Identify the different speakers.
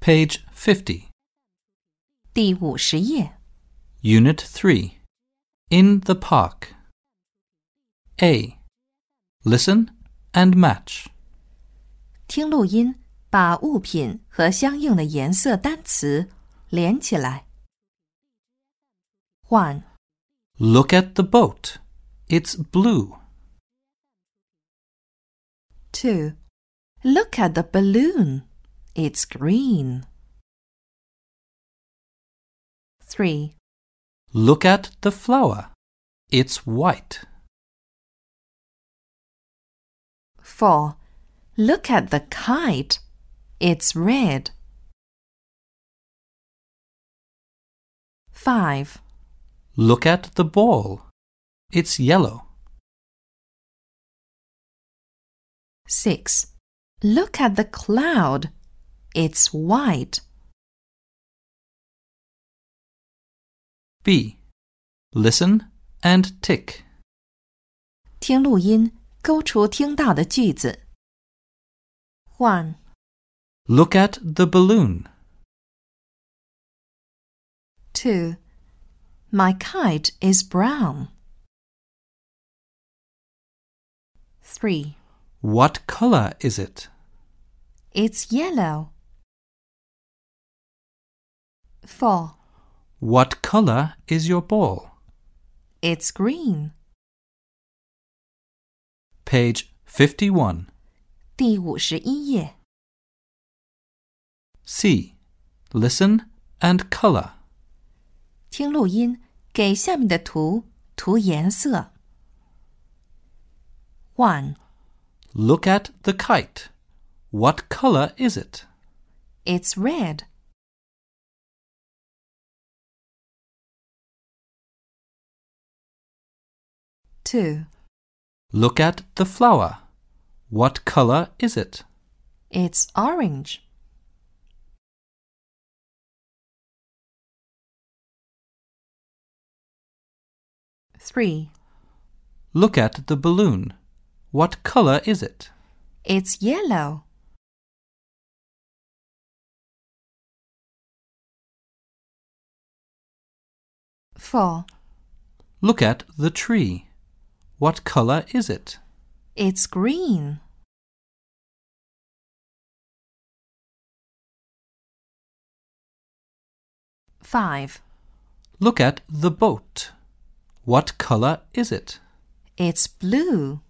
Speaker 1: Page 50,
Speaker 2: 第五十页
Speaker 1: Unit 3. In the Park. A. Listen and match.
Speaker 2: 听录音，把物品和相应的颜色单词连起来。One,
Speaker 1: Look at the boat. It's blue.
Speaker 2: two, look at the balloon. It's green. Three,
Speaker 1: Look at the flower. It's white.
Speaker 2: four, look at the kite. It's red. Five,
Speaker 1: Look at the ball. It's yellow.
Speaker 2: six, look at the cloud. It's white.
Speaker 1: B. Listen and tick.
Speaker 2: 听录音，勾出听到的句子。One,
Speaker 1: Look at the balloon.
Speaker 2: two. My kite is brown. Three.
Speaker 1: What color is it?
Speaker 2: It's yellow. Four.
Speaker 1: What color is your ball?
Speaker 2: It's green.
Speaker 1: Page 51.
Speaker 2: 第五十一页。
Speaker 1: C. Listen and color.
Speaker 2: 听录音，给下面的图涂颜色。One.
Speaker 1: Look at the kite. What color is it?
Speaker 2: It's red. Two.
Speaker 1: Look at the flower. What color is it?
Speaker 2: It's orange. Three.
Speaker 1: Look at the balloon. What color is it?
Speaker 2: It's yellow. Four.
Speaker 1: Look at the tree. What color is it?
Speaker 2: It's green. Five.
Speaker 1: Look at the boat. What color is it?
Speaker 2: It's blue.